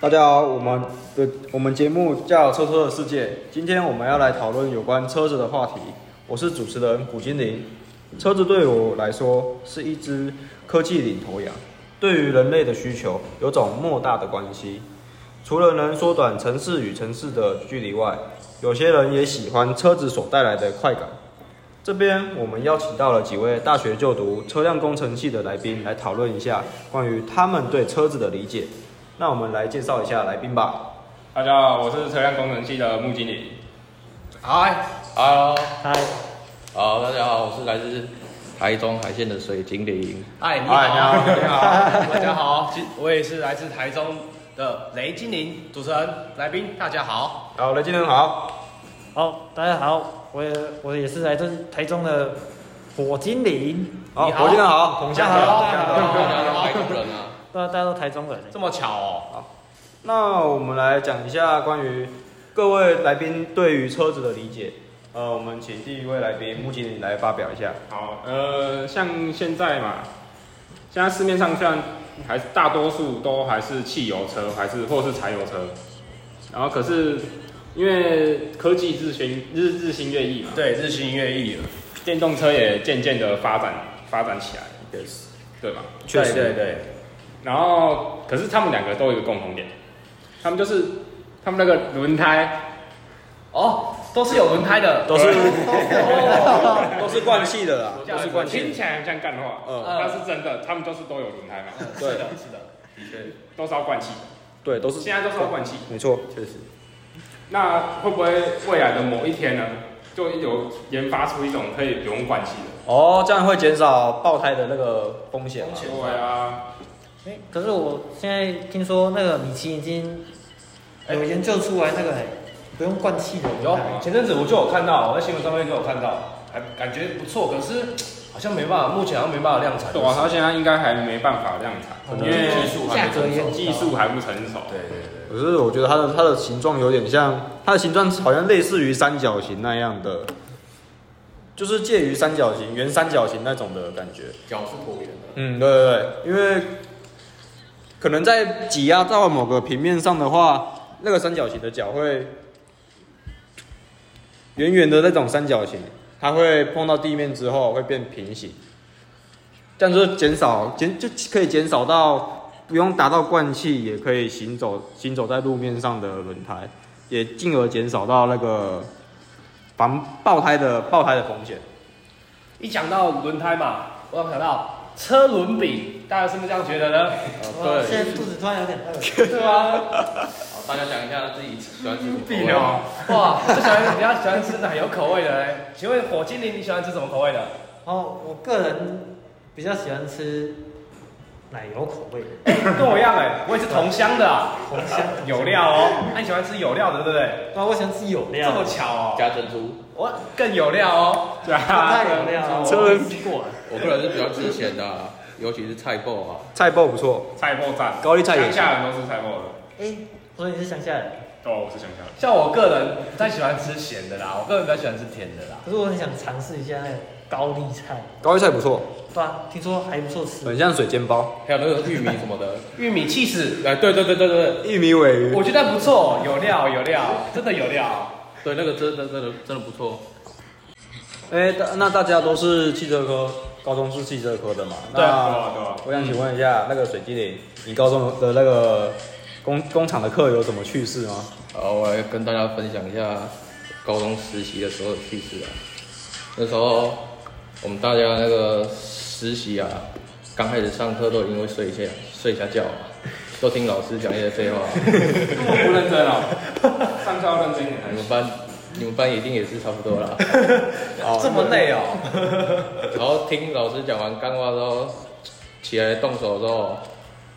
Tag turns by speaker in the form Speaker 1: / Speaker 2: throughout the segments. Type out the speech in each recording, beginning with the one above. Speaker 1: 大家好，我们的我们节目叫《车车的世界》，今天我们要来讨论有关车子的话题。我是主持人古精灵。车子对我来说是一只科技领头羊，对于人类的需求有种莫大的关系。除了能缩短城市与城市的距离外，有些人也喜欢车子所带来的快感。这边我们邀请到了几位大学就读车辆工程系的来宾，来讨论一下关于他们对车子的理解。那我们来介绍一下来宾吧。
Speaker 2: 大家好，我是车辆工程系的穆经理。嗨，Hello，
Speaker 1: 嗨，
Speaker 3: 好，大家好，我是来自台中海线的水精灵。
Speaker 4: 嗨，你
Speaker 1: 嗨你好
Speaker 4: 好，你好，大家好，今我也是来自台中的雷精灵，主持人、来宾，大家好。
Speaker 1: 好，雷金人好。
Speaker 5: 好，大家好，我也我也是来自台中的火精灵，
Speaker 1: 好，
Speaker 4: 你好
Speaker 1: 火金人好，同
Speaker 5: 大
Speaker 1: 乡
Speaker 5: 家
Speaker 1: 好。
Speaker 5: 好，
Speaker 4: 大家好
Speaker 3: 大家都台中人啊，
Speaker 5: 大家大家都台中人欸，
Speaker 4: 这么巧哦，
Speaker 1: 那我们来讲一下关于各位来宾对于车子的理解。呃，我们请第一位来宾穆经理来发表一下。
Speaker 2: 好，呃，像现在嘛，现在市面上虽然还是大多数都还是汽油车，还是或是柴油车，然后可是因为科技日新日日新月异嘛，
Speaker 4: 对，日新月异了，
Speaker 2: 电动车也渐渐的发展发展起来，对吧？
Speaker 1: 确实
Speaker 4: 对对对，
Speaker 2: 然后可是他们两个都有一个共同点，他们就是他们那个轮胎，
Speaker 4: 哦，都是有轮胎的，
Speaker 1: 都是 都是惯气的啦，都是惯
Speaker 2: 听
Speaker 1: 气。
Speaker 2: 起来很像干话，
Speaker 1: 嗯
Speaker 2: 但是真的，他们就是都有轮胎嘛，
Speaker 4: 嗯是的，是的，
Speaker 2: 都是要灌气。
Speaker 1: 对，都是
Speaker 2: 现在都是要灌气，
Speaker 1: 没错，确实。
Speaker 2: 那会不会未来的某一天呢，就有研发出一种可以不用灌气的？
Speaker 1: 哦，这样会减少爆胎的那个风险嘛？
Speaker 2: 对啊，
Speaker 5: 哎可是我现在听说那个米奇已经有研究出来那个欸不用灌气的哦
Speaker 4: 有
Speaker 5: 轮胎，
Speaker 4: 前阵子我就有看到，我在新闻上面就有看到，还感觉不错，可是好像没办法，目前好像没办法量产，
Speaker 2: 对啊，他现在应该还没办法量产，因为
Speaker 4: 技术还
Speaker 5: 价
Speaker 4: 没
Speaker 5: 格
Speaker 4: 成
Speaker 5: 也
Speaker 4: 熟
Speaker 5: 很，
Speaker 2: 技术还不成熟。
Speaker 4: 对对对，
Speaker 1: 可是我觉得它的它的形状有点像，它的形状好像类似于三角形那样的，就是介于三角形、圆三角形那种的感觉。
Speaker 3: 脚是椭圆的，
Speaker 1: 嗯，对对对，因为可能在挤压到某个平面上的话，那个三角形的角会圆圆的那种三角形，它会碰到地面之后会变平行，这样就减少减就可以减少到不用达到灌气也可以行走行走在路面上的轮胎，也进而减少到那个防爆胎的爆胎的风险。
Speaker 4: 一讲到轮胎嘛，我想到车轮比，大家是不是这样觉得呢？
Speaker 5: 哇
Speaker 2: 哦
Speaker 5: 现在肚子突然有点饿。
Speaker 4: 对啊，
Speaker 3: 好，大家讲一下自己喜欢吃什么口味。
Speaker 2: 必哦，
Speaker 4: 哇，这小孩比较喜欢吃奶油口味的嘞。请问火精灵，你喜欢吃什么口味的？
Speaker 5: 哦，我个人比较喜欢吃奶油口味，
Speaker 4: 跟我一样哎，我也是同乡的啊，
Speaker 5: 红香口味
Speaker 4: 有。料哦。那、你喜欢吃有料的，对不对？
Speaker 5: 啊，我喜欢吃有
Speaker 4: 这
Speaker 5: 料
Speaker 4: 么，巧哦，
Speaker 3: 加珍珠，
Speaker 4: 我更有料哦。
Speaker 2: 对啊，
Speaker 5: 太有料了，
Speaker 1: 车
Speaker 5: 我
Speaker 1: 轮
Speaker 5: 没吃过。
Speaker 3: 我个人是比较吃咸的、啊，尤其是菜爆啊。
Speaker 1: 菜爆不错，
Speaker 2: 菜爆站，
Speaker 1: 高丽菜也
Speaker 2: 乡下人都是菜爆的。
Speaker 5: 哎，所以你是乡下人，
Speaker 2: 哦，我是乡下人，
Speaker 4: 像我个人不太喜欢吃咸的啦，我个人比较喜欢吃甜的啦。
Speaker 5: 可是我很想尝试一下那个高丽菜，
Speaker 1: 高丽菜不错，
Speaker 5: 对啊，听说还不错吃。
Speaker 1: 很像水煎包。
Speaker 3: 还有那个玉米什么的，
Speaker 4: 玉米气死，
Speaker 3: 哎，对对对对对
Speaker 1: 玉米尾鱼
Speaker 4: 我觉得不错，有料有料，真的有料。
Speaker 3: 对，那个真的真的真的不错。
Speaker 1: 哎、大那大家都是汽车科，高中是汽车科的嘛？
Speaker 4: 对啊
Speaker 2: 对
Speaker 1: 那
Speaker 2: 啊对啊。
Speaker 1: 我想请问一下，那个水精灵，你高中的那个工工厂的课有什么趣事吗？
Speaker 3: 好，我来跟大家分享一下高中实习的时候的趣事啊。那时候我们大家那个实习啊，刚开始上课都因为睡一下睡一下觉、啊，都听老师讲一些废话、
Speaker 2: 我不认真哦， 上课要认真一点才
Speaker 3: 你们
Speaker 2: 行。
Speaker 3: 班你们班一定也是差不多 啦。
Speaker 1: 哦
Speaker 4: 这么累哦，
Speaker 3: 然后听老师讲完干话之后，起来动手之后，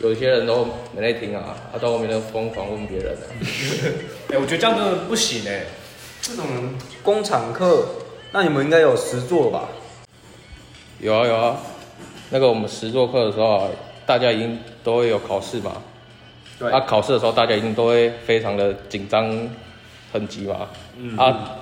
Speaker 3: 有些人都没在听啊，他到后面都疯狂问别人啊。
Speaker 4: 哎、我觉得这样真的不行哎、
Speaker 2: 这种人
Speaker 1: 工厂课，那你们应该有实作吧？
Speaker 3: 有啊有啊，那个我们实作课的时候啊，大家一定都会有考试嘛。
Speaker 2: 对
Speaker 3: 啊，考试的时候大家一定都会非常的紧张、很急嘛。嗯。啊，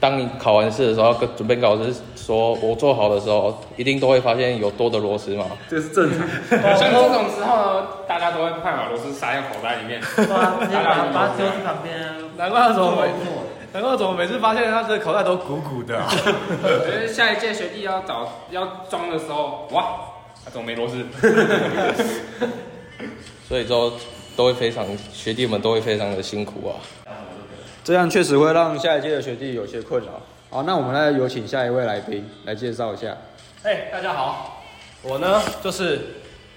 Speaker 3: 当你考完试的时候，跟准备跟老师说我做好的时候，一定都会发现有多的螺丝嘛。
Speaker 2: 这是 正常。 像这种时候呢，大家都会快把螺丝塞到口袋里面。
Speaker 5: 对啊，直接把把它丢去旁边啊。
Speaker 4: 难怪他怎么
Speaker 5: 做
Speaker 4: 每
Speaker 5: 做
Speaker 4: 难怪我怎么每次发现他的口袋都鼓鼓的、啊。
Speaker 2: 可是下一届学弟要找要装的时候，哇，他怎么没螺丝？
Speaker 3: 所以说都会非常学弟们都会非常的辛苦啊。
Speaker 1: 这样确实会让下一届的学弟有些困扰。好，那我们来有请下一位来宾来介绍一下。
Speaker 4: 哎、大家好，我呢就是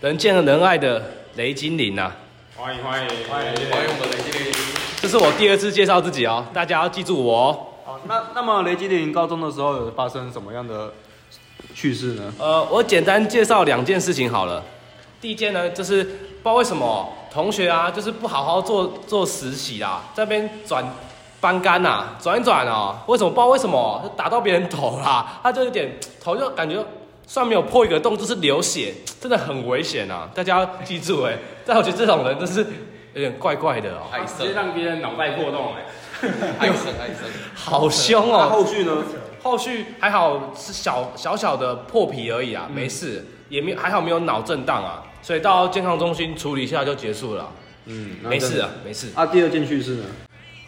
Speaker 4: 人见人爱的雷精灵啊，
Speaker 2: 欢迎欢迎欢迎
Speaker 3: 迎我们的雷经理。
Speaker 4: 这是我第二次介绍自己哦，大家要记住我哦。
Speaker 1: 好，那那么雷吉林高中的时候有发生什么样的趣事呢？
Speaker 4: 呃，我简单介绍两件事情好了。第一件呢，就是不知道为什么同学啊，就是不好好做做实习啦，这边转班杆呐、啊，转一转哦，为什么不知道为什么就打到别人头啦？他就有点头就感觉算没有破一个洞，就是流血，真的很危险啊！大家要记住哎、但我觉得这种人真是有点怪怪的哦，
Speaker 3: 害
Speaker 2: 直接
Speaker 3: 生，
Speaker 2: 让别人脑袋破洞哎、
Speaker 3: 害生，害生。
Speaker 4: 好凶
Speaker 1: 那
Speaker 4: 哦。
Speaker 1: 后续呢？
Speaker 4: 后续还好是小小小的破皮而已啊，没事，也没还好没有脑震荡啊，所以到健康中心处理一下就结束了啊，
Speaker 1: 嗯，
Speaker 4: 没事啊。，没事。
Speaker 1: 啊，第二件趣事呢？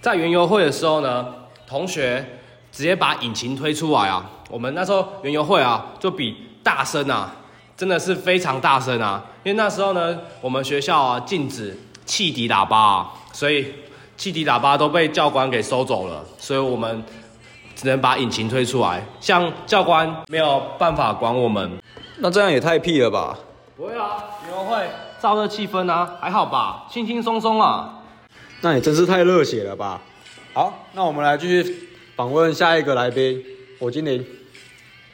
Speaker 4: 在园游会的时候呢，同学直接把引擎推出来啊，我们那时候园游会啊就比大声啊，真的是非常大声啊，因为那时候呢我们学校啊禁止汽笛喇叭、啊，所以汽笛喇叭都被教官给收走了，所以我们只能把引擎推出来，像教官没有办法管我们。
Speaker 1: 那这样也太屁了吧！
Speaker 4: 不会啊，园游会燥热气氛啊，还好吧，轻轻松松啊。
Speaker 1: 那也真是太热血了吧！好，那我们来继续访问下一个来宾，火精灵。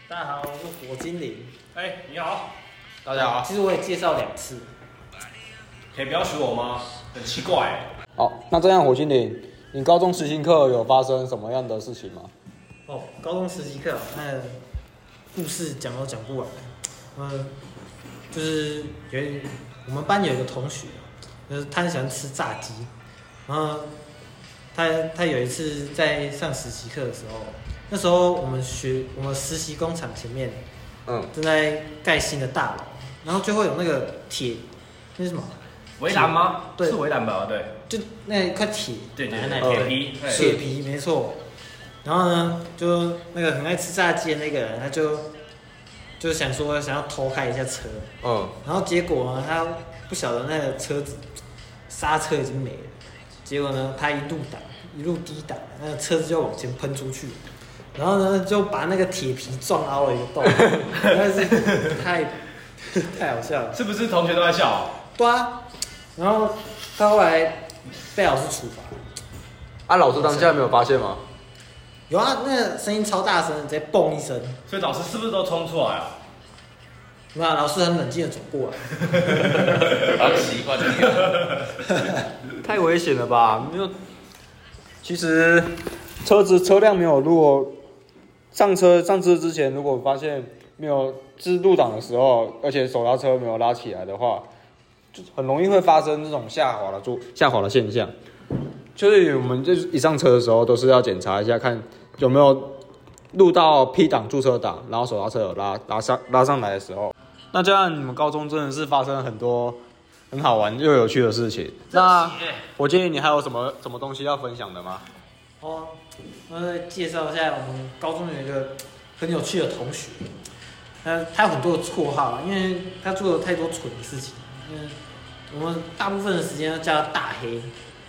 Speaker 5: 大家好，我是火精灵。
Speaker 4: 哎、你好，
Speaker 1: 大家好。
Speaker 5: 其实我也介绍两次，
Speaker 4: 可以不要学我吗？很奇怪、
Speaker 1: 好，那这样火精灵，你高中实行课有发生什么样的事情吗？
Speaker 5: 哦，高中实习课哦那个故事讲都讲不完。嗯，就是有一我们班有一个同学，就是他很喜欢吃炸鸡，然后他他有一次在上实习课的时候，那时候我们学我们实习工厂前面
Speaker 1: 嗯，
Speaker 5: 正在盖新的大楼，然后就会有那个铁，那是什么？
Speaker 4: 围栏吗？
Speaker 5: 对
Speaker 4: 是围栏吧？对，
Speaker 5: 就那一块铁，
Speaker 4: 对对哎
Speaker 5: 拿
Speaker 4: 对
Speaker 5: 来
Speaker 4: 铁
Speaker 5: 盖
Speaker 4: 皮对
Speaker 5: 铁皮没错。然后呢，就那个很爱吃炸鸡的那个人，他就就想说想要偷开一下车，
Speaker 1: 嗯，
Speaker 4: 哦
Speaker 5: 然后结果呢，他不晓得那个车子刹车已经没了，结果呢，他一路打一路低档，那个车子就往前喷出去，然后呢就把那个铁皮撞凹了一个 洞，但是太 太好笑了。
Speaker 4: 是不是同学都在笑？
Speaker 5: 对啊，然后他后来被老师处罚。
Speaker 1: 啊，老师当下没有发现吗？
Speaker 5: 有啊，那个声音超大声，直接嘣一声。
Speaker 4: 所以老师是不是都冲出来啊？
Speaker 5: 那老师很冷静的走过来，
Speaker 3: 好习惯你了。
Speaker 1: 太危险了吧？没有，其实车子车辆没有路哦。上车上车之前，如果发现没有是入档的时候，而且手刹车没有拉起来的话，就很容易会发生这种下滑的做下滑的现象。就是我们就是一上车的时候，都是要检查一下看有没有入到 P 档驻车档，然后手刹车有拉拉上拉上来的时候。那这样你们高中真的是发生了很多很好玩又有趣的事情。那我建议你还有什么什么东西要分享的吗？
Speaker 5: 哦，呃，介绍一下我们高中有一个很有趣的同学，呃，他有很多的绰号，啊因为他做了太多蠢的事情，嗯，我们大部分的时间都叫他大黑。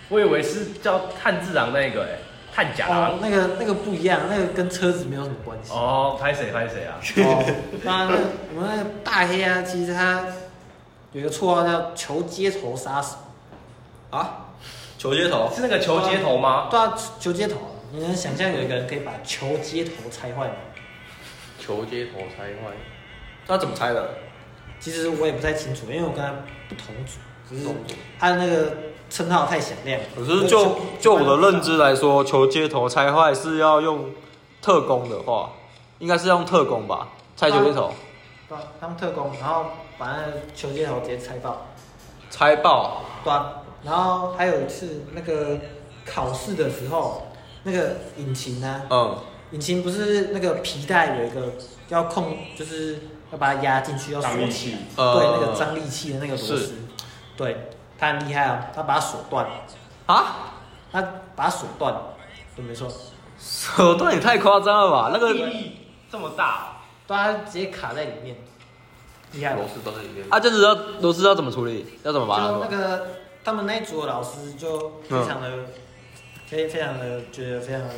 Speaker 4: 我以为是叫炭治郎那个哎、炭甲
Speaker 5: 哦
Speaker 4: 郎，。
Speaker 5: 那个那个不一样，那个跟车子没有什么关系。
Speaker 4: 哦，拍谁拍谁啊？
Speaker 5: 哦， 那那我们那个大黑啊，其实他有一个绰号叫“球街头杀手”。
Speaker 1: 啊， 球接头。
Speaker 4: 是那个球接头吗？
Speaker 5: 对啊，球接头，你能想象有一个人可以把球接头拆坏吗？
Speaker 3: 球接头拆坏，
Speaker 1: 他怎么猜的？
Speaker 5: 其实我也不太清楚，因为我跟他不同组，只是他的那个称号太响亮了。
Speaker 1: 可是就就我的认，知来说，球接头拆坏是要用特工的话，应该是用特工吧？拆球接头，
Speaker 5: 对啊，他们特工，然后把那个球接头直接拆爆，
Speaker 1: 拆爆。
Speaker 5: 对啊，然后还有一次那个考试的时候，那个引擎呢、
Speaker 1: 嗯，
Speaker 5: 引擎不是那个皮带有一个要控，就是要把它压进去，要
Speaker 2: 当
Speaker 5: 锁
Speaker 2: 利
Speaker 5: 起
Speaker 2: 器
Speaker 5: 来。
Speaker 3: 呃
Speaker 5: 对，那个张力器的那个螺
Speaker 3: 是
Speaker 5: 丝，对，他很厉害哦，他把它锁断，
Speaker 3: 啊，
Speaker 5: 他把它锁断，对，没错，
Speaker 3: 手段也太夸张了吧？那个
Speaker 4: 这么大，
Speaker 5: 对，他直接卡在里面，厉害吧
Speaker 3: 螺丝都在里面啊，这只要螺丝要怎么处理？要怎么把它
Speaker 5: 就
Speaker 3: 弄
Speaker 5: 那个他们那一组的老师就非
Speaker 3: 嗯
Speaker 5: 常的，非、非常的觉得非常的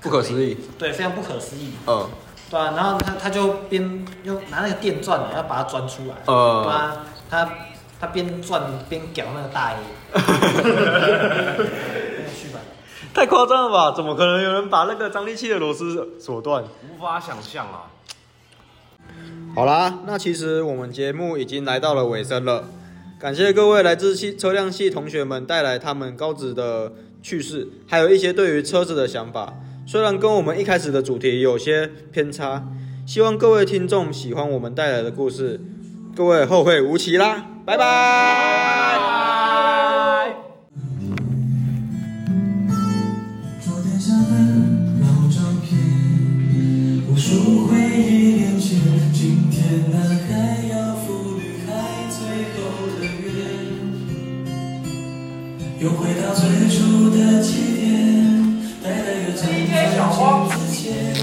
Speaker 3: 不可思议。
Speaker 5: 对，非常不可思议，
Speaker 3: 嗯，
Speaker 5: 对啊，然后他他就边用拿那个电钻啊，要把它钻出来，
Speaker 3: 呃
Speaker 5: 对啊，他他边钻边屌那个大 A，很有趣吧？
Speaker 1: 太夸张了吧？怎么可能有人把那个张力器的螺丝锁断？
Speaker 4: 无法想象啊！
Speaker 1: 好啦，那其实我们节目已经来到了尾声了，感谢各位来自汽车辆系同学们带来他们高职的趣事，还有一些对于车子的想法。虽然跟我们一开始的主题有些偏差，希望各位听众喜欢我们带来的故事，各位后会无期啦，拜拜
Speaker 6: 昨天下班，老照片，无数回忆连接。今天男孩要赴女孩最后的约，又回到最初的起点，待了又站在镜子前。